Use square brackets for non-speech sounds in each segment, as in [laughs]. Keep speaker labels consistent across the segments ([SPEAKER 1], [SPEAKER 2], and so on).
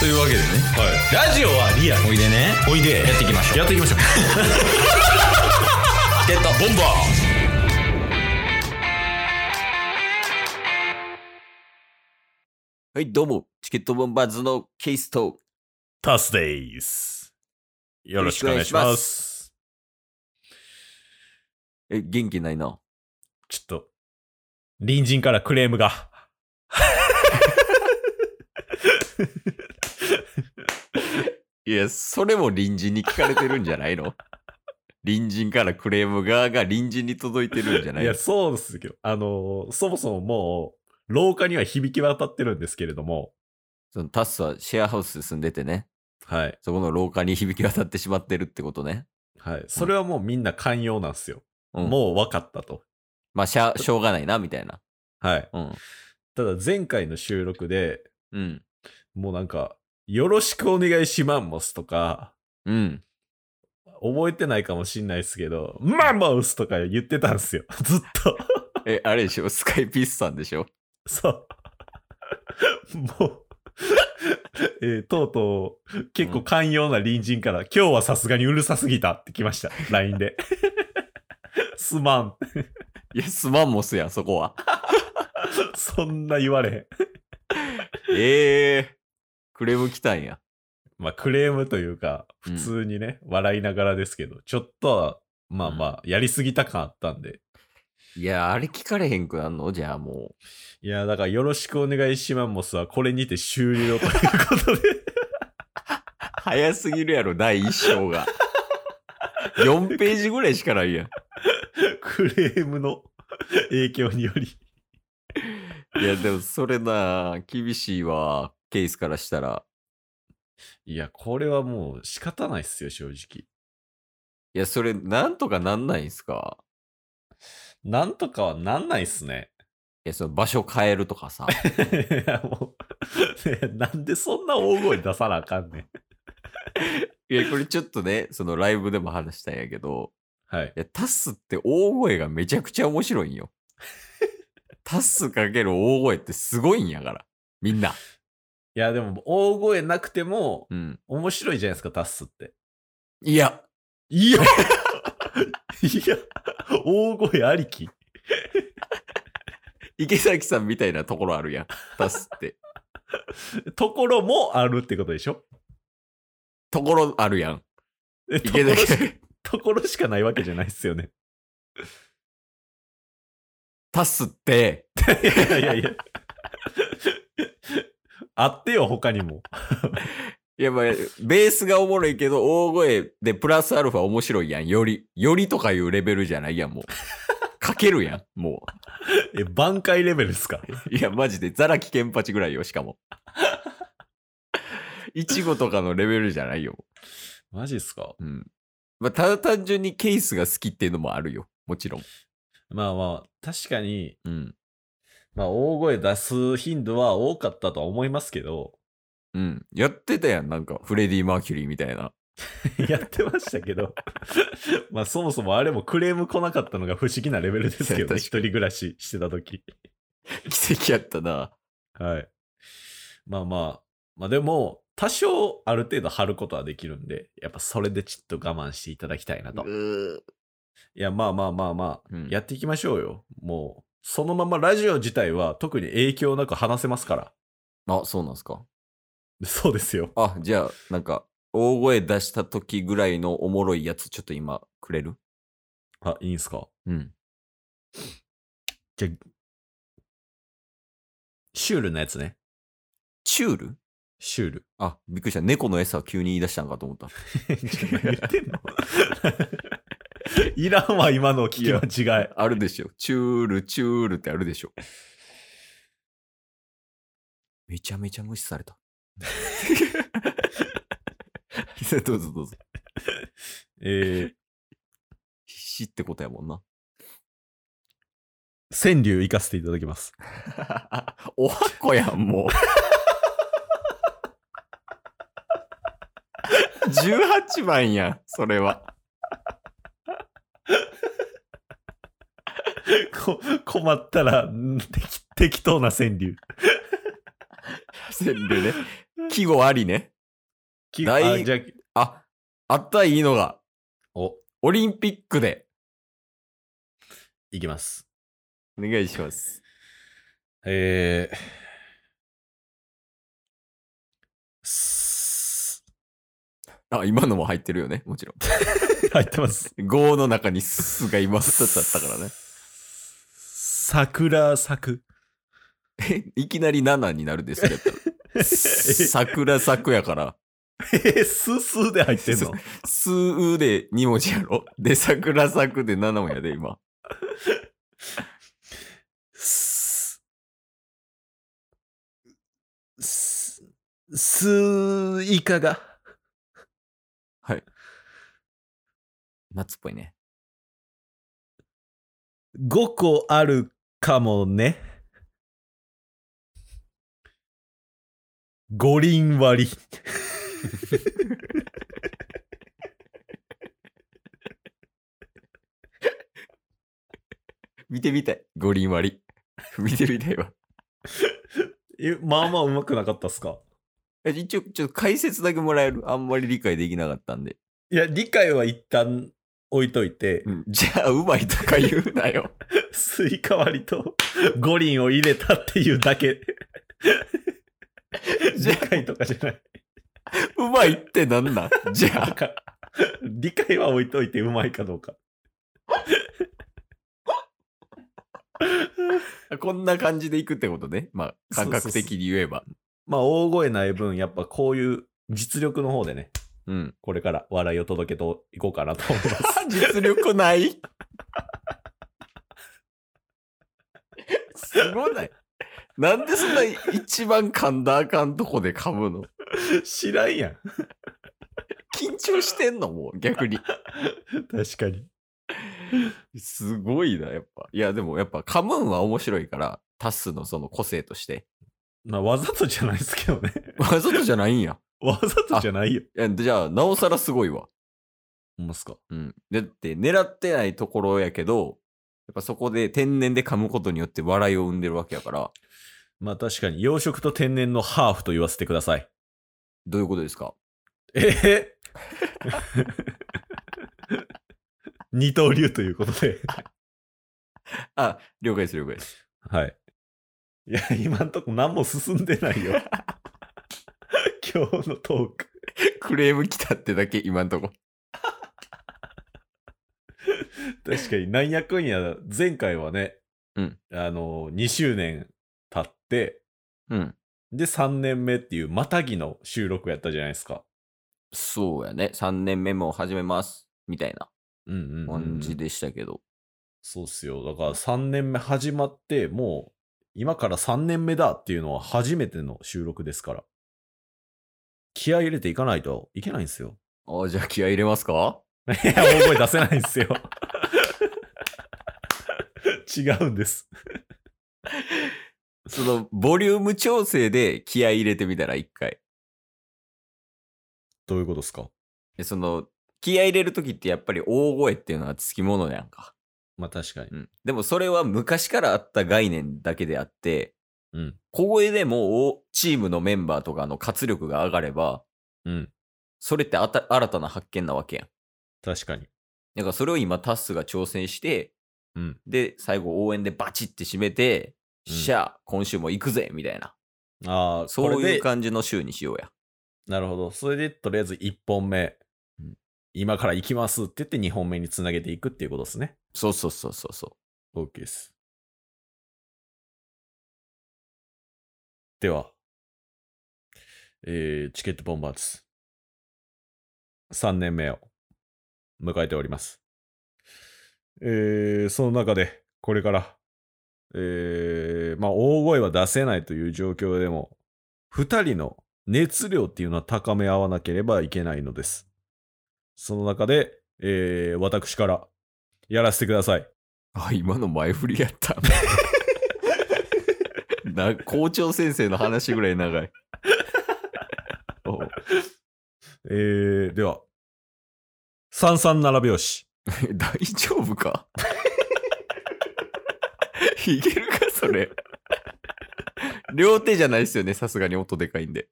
[SPEAKER 1] というわけでね
[SPEAKER 2] はい。ラジオはリアル。
[SPEAKER 1] おいでね
[SPEAKER 2] おいで。
[SPEAKER 1] やっていきましょう
[SPEAKER 2] やってい [laughs] きましょう。
[SPEAKER 1] ゲットボンバーはいどうもチケットボンバーズのケイスと
[SPEAKER 2] タスデイス。よろしくお願いし
[SPEAKER 1] よ
[SPEAKER 2] ま。
[SPEAKER 1] ろしくお願いしますえ元気ないな
[SPEAKER 2] ちょっと、隣人からクレームが。
[SPEAKER 1] いやそれも隣人に聞かれてるんじゃないの隣人からクレーム側が隣人に届いてるんじゃない
[SPEAKER 2] いや、そうですけど、あのーそもそももう、廊下には響き渡ってるんですけれども、
[SPEAKER 1] そのタスはシェアハウスで住んでてね
[SPEAKER 2] はい。
[SPEAKER 1] そこの廊下に響き渡ってしまってるってことね、
[SPEAKER 2] はい。それはもうみんな寛容なんですよ。
[SPEAKER 1] うん、う
[SPEAKER 2] もう分かったと。
[SPEAKER 1] まあしゃしょうがないなみたいな
[SPEAKER 2] はい。
[SPEAKER 1] うん
[SPEAKER 2] ただ、前回の収録で、
[SPEAKER 1] うん
[SPEAKER 2] もうなんか、よろしくお願いしまんもすとか、
[SPEAKER 1] うん
[SPEAKER 2] 覚えてないかもしんないですけど、マンモスとか言ってたんですよ。 [laughs] ずっと。
[SPEAKER 1] えあれでしょスカイピースさんでしょ
[SPEAKER 2] そう。もう、えーとうとう、結構寛容な隣人から、今日はさすがにうるさすぎたって来ました。LINE で。 [laughs] すまん。
[SPEAKER 1] いや、スマンモスやん、そこは。
[SPEAKER 2] そんな言われへん。
[SPEAKER 1] ええクレーム来たんや。
[SPEAKER 2] まあ、クレームというか、
[SPEAKER 1] うん
[SPEAKER 2] 普通にね、笑いながらですけど、ちょっとは、まあまあ、やりすぎた感あったんで。
[SPEAKER 1] いや、あれ聞かれへんくなんのじゃあも
[SPEAKER 2] いや、だから、よろしくお願いしますもすは、これにて終了ということで。
[SPEAKER 1] う。早すぎるやろ、第一章が。4ページぐらいしかないや
[SPEAKER 2] クレームの影響により。
[SPEAKER 1] ん。いや、でもそれな、厳しいわ。ケースからしたら。
[SPEAKER 2] いや、これはもう仕方ないっすよ、正直。
[SPEAKER 1] いや、それ、なんとかなんないんすか
[SPEAKER 2] なんとかはなんないっすね。 [laughs]
[SPEAKER 1] いや、その場所変えるとかさ。
[SPEAKER 2] いやもうねなんでそんな大声出さなあかんねん。
[SPEAKER 1] いや、これちょっとね、そのライブでも話したんやけど、
[SPEAKER 2] はい。
[SPEAKER 1] いや、タッスって大声がめちゃくちゃ面白いんよ。タッスかける大声ってすごいんやから。みんな。
[SPEAKER 2] いや、でも大声なくても
[SPEAKER 1] うん。
[SPEAKER 2] 面白いじゃないですか、タッスって。
[SPEAKER 1] いや、
[SPEAKER 2] いやいや、大声ありき。
[SPEAKER 1] 池崎さんみたいなところあるやん。タスって。
[SPEAKER 2] ところもあるってことでしょ
[SPEAKER 1] ところあるやん。
[SPEAKER 2] えとこ
[SPEAKER 1] 池
[SPEAKER 2] ろし
[SPEAKER 1] 崎さ
[SPEAKER 2] か
[SPEAKER 1] ん。
[SPEAKER 2] ところしかないわけじゃないっすよね。
[SPEAKER 1] タスって、
[SPEAKER 2] いやいや [laughs] いや。あってよ、他にも。
[SPEAKER 1] いやまあ、ベースがおもろいけど、大声でプラスアルファ面白いやん。より、よりとかいうレベルじゃないや
[SPEAKER 2] [laughs]
[SPEAKER 1] ん、もう。かけるやん、も
[SPEAKER 2] え、挽回レベルですか
[SPEAKER 1] う。いや、マジで、ザラキケンパチぐらいよ、しかも。いちごとかのレベルじゃないよ。
[SPEAKER 2] マジっすか
[SPEAKER 1] うん。まあ、ただ単純にケースが好きっていうのもあるよ。もちろん。
[SPEAKER 2] まあまあ、確かに、
[SPEAKER 1] うん。
[SPEAKER 2] まあ、大声出す頻度は多かったとは思いますけど、 [laughs]
[SPEAKER 1] うん。やってたやん、なんか、フレディ・マーキュリーみたいな。 [laughs]
[SPEAKER 2] やってましたけど、まあ、そもそもあれもクレーム来なかったのが不思議なレベルですけど
[SPEAKER 1] [laughs] 確
[SPEAKER 2] ね、
[SPEAKER 1] かに
[SPEAKER 2] 一人暮らししてた時。
[SPEAKER 1] 奇跡やったな。
[SPEAKER 2] はい。まあまあ、まあでも、多少ある程度張ることはできるんで、やっぱそれでちょっと我慢していただきたいなと。いや、まあまあまあまあ、
[SPEAKER 1] うん
[SPEAKER 2] やっていきましょうよ。もう、そのままラジオ自体は特に影響なく話せますから。
[SPEAKER 1] あ、そうなんすか。
[SPEAKER 2] そうですよ。
[SPEAKER 1] あ、じゃあ、なんか、大声出した時ぐらいのおもろいやつ、ちょっと今、くれる
[SPEAKER 2] あ、いいんすか
[SPEAKER 1] うん。
[SPEAKER 2] じゃあ、シュールなやつね。
[SPEAKER 1] チュール
[SPEAKER 2] シュ [laughs] ール。
[SPEAKER 1] あ、びっくりした。猫の餌急に言い出したんかと思った。
[SPEAKER 2] 言ってんの [laughs] いらんわ、今の聞き間違い。
[SPEAKER 1] [laughs] あるでしょ。チュール、チュールってあるでしょ。めちゃめちゃ無視された。 [laughs] どうぞどうぞ。
[SPEAKER 2] えー、
[SPEAKER 1] 必死ってことやもんな。
[SPEAKER 2] 川柳行かせていただきます。
[SPEAKER 1] [laughs] おはこやん、 [laughs] もう。18番やん、それは。
[SPEAKER 2] [laughs] こ困ったら、ん適適当な川柳。
[SPEAKER 1] 川柳ね。季語ありね。
[SPEAKER 2] き
[SPEAKER 1] 大
[SPEAKER 2] あじゃあ
[SPEAKER 1] あ、あったらいいのが、
[SPEAKER 2] お、
[SPEAKER 1] オリンピックで。
[SPEAKER 2] いきます。
[SPEAKER 1] お願いします。
[SPEAKER 2] えーす
[SPEAKER 1] あ、今のも入ってるよね、もちろ
[SPEAKER 2] [laughs] 入ってます。
[SPEAKER 1] ん。5の中にスが今2つあったからね。
[SPEAKER 2] 桜咲く。
[SPEAKER 1] いきなり7になるですよ、や [laughs] ったら桜咲くやから、
[SPEAKER 2] [laughs] えー、すすで入って [laughs] んの
[SPEAKER 1] スーで2文字やろ。で、桜咲くで7もやで、今。
[SPEAKER 2] す、す、すいかが。
[SPEAKER 1] 夏っぽいね。
[SPEAKER 2] 5個あるかもね。五輪割り。
[SPEAKER 1] 見てみたい。五輪割り。 [laughs] 見てみたいわ。
[SPEAKER 2] え、まあまあうまくなかったっすか
[SPEAKER 1] え一応、ちょっと解説だけもらえる。あんまり理解できなかったんで。
[SPEAKER 2] いや、理解は一旦置いといて、
[SPEAKER 1] うんじゃあ、うまいとか言うなよ。
[SPEAKER 2] スイカ割りと [laughs] 五輪を入れたっていうだけ。
[SPEAKER 1] じゃ
[SPEAKER 2] 理解とかじゃない。
[SPEAKER 1] うまいってなんなん [laughs] じゃ
[SPEAKER 2] なん
[SPEAKER 1] あ、
[SPEAKER 2] か、理解は置いといてうまいかどうか。
[SPEAKER 1] こんな感じでいくってことね。まあ、感覚的に言えば。
[SPEAKER 2] まあ、大声ない分、やっぱこういう実力の方でね、
[SPEAKER 1] うん。
[SPEAKER 2] これから笑いを届けていこうかなと思います。
[SPEAKER 1] 実力ないすごない。なんでそんな一番噛んだあかんとこで噛むの
[SPEAKER 2] [laughs] 知らんやん。
[SPEAKER 1] 緊張してんのもう逆に。
[SPEAKER 2] 確かに。
[SPEAKER 1] すごいな、やっぱ。いや、でもやっぱ噛むんは面白いから、タスのその個性として。
[SPEAKER 2] まあ、わざとじゃないですけどね。 [laughs]
[SPEAKER 1] わざとじゃないんや。
[SPEAKER 2] わざとじゃないよ。
[SPEAKER 1] いやじゃあ、なおさらすごいわ。
[SPEAKER 2] ほんますか。
[SPEAKER 1] うん。だって、狙ってないところやけど、やっぱそこで天然で噛むことによって笑いを生んでるわけやから、
[SPEAKER 2] まあ確かに、養殖と天然のハーフと言わせてください。
[SPEAKER 1] どういうことですか
[SPEAKER 2] [laughs] えー二刀流ということで。
[SPEAKER 1] あ、了解です、了解です。 [laughs]
[SPEAKER 2] はい。いや、今んとこ何も進んでない [laughs] よ。今日のトーク。
[SPEAKER 1] クレーム来たってだけ、今んとこ。
[SPEAKER 2] 確かに、なんやかんや、前回はね、
[SPEAKER 1] うん
[SPEAKER 2] あの、2周年経って、
[SPEAKER 1] うん。
[SPEAKER 2] で、3年目っていう、またぎの収録やったじゃないですか。
[SPEAKER 1] そうやね。3年目も始めます。みたいな
[SPEAKER 2] うんうんうんうん
[SPEAKER 1] 感じでしたけど。
[SPEAKER 2] そうっすよ。だから3年目始まって、もう今から3年目だっていうのは初めての収録ですから。気合い入れていかないといけないんですよ。 [laughs]
[SPEAKER 1] あ、じゃあ気合い入れますか
[SPEAKER 2] いや、大声出せないんですよ。 [laughs] 違うんです。
[SPEAKER 1] その、ボリューム調整で気合い入れてみたら、一回。
[SPEAKER 2] どういうことですか
[SPEAKER 1] でその、気合い入れるときってやっぱり大声っていうのはつきものやんか。
[SPEAKER 2] まあ確かに
[SPEAKER 1] う。ん。でもそれは昔からあった概念だけであって、
[SPEAKER 2] うん。
[SPEAKER 1] 小声でもおチームのメンバーとかの活力が上がれば、
[SPEAKER 2] うん。
[SPEAKER 1] それってあた新たな発見なわけやん。
[SPEAKER 2] 確かに。
[SPEAKER 1] だからそれを今タッスが挑戦して、
[SPEAKER 2] うん
[SPEAKER 1] で、最後応援でバチって締めて、
[SPEAKER 2] うん
[SPEAKER 1] しゃあ、今週も行くぜみたいな。
[SPEAKER 2] ああ、
[SPEAKER 1] そ
[SPEAKER 2] こ
[SPEAKER 1] う
[SPEAKER 2] れ
[SPEAKER 1] い
[SPEAKER 2] で
[SPEAKER 1] う感じの週にしようや。
[SPEAKER 2] なるほど。それでとりあえず1本目、
[SPEAKER 1] うん
[SPEAKER 2] 今から行きますって言って2本目につなげていくっていうことですね。
[SPEAKER 1] そうそうそうそうそ
[SPEAKER 2] OK です。では、えーチケットボンバーズ3年目を迎えております。えーその中で、これから、えーまあ、大声は出せないという状況でも、2人の熱量っていうのは高め合わなければいけないのです。その中で、えー私からやらせてください。
[SPEAKER 1] う。あ、今の前振りや [laughs] った。な校長先生の話ぐらい長 [laughs] い。おう
[SPEAKER 2] えー、では、三三並拍子。
[SPEAKER 1] [laughs] 大丈夫か [laughs] いけるかそれ。両手じゃないですよね。さすがに音でかいんで。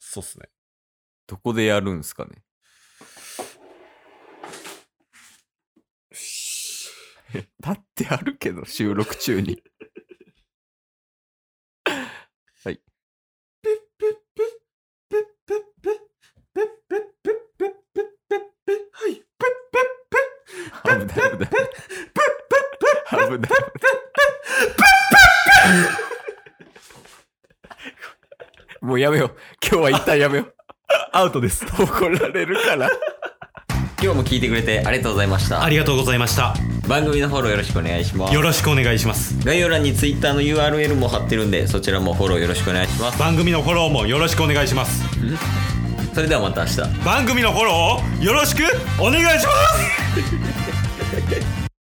[SPEAKER 2] そうっすね。
[SPEAKER 1] どこでやるんすかね。立ってあるけど、収録中に。
[SPEAKER 2] はい。
[SPEAKER 1] 危ない危ない。危ない。もうやめよう。今日は一旦やめよう。
[SPEAKER 2] アウトです。
[SPEAKER 1] 怒られるから。
[SPEAKER 3] 今日も聞いてくれてありがとうございました
[SPEAKER 4] ありがとうございました。
[SPEAKER 3] 番組のフォローよろしくお願いします
[SPEAKER 4] よろしくお願いします。
[SPEAKER 3] 概要欄に Twitter の URL も貼ってるんでそちらもフォローよろしくお願いします
[SPEAKER 4] 番組のフォローもよろしくお願いします。
[SPEAKER 3] それではまた明日
[SPEAKER 4] 番組のフォローをよろしくお願いします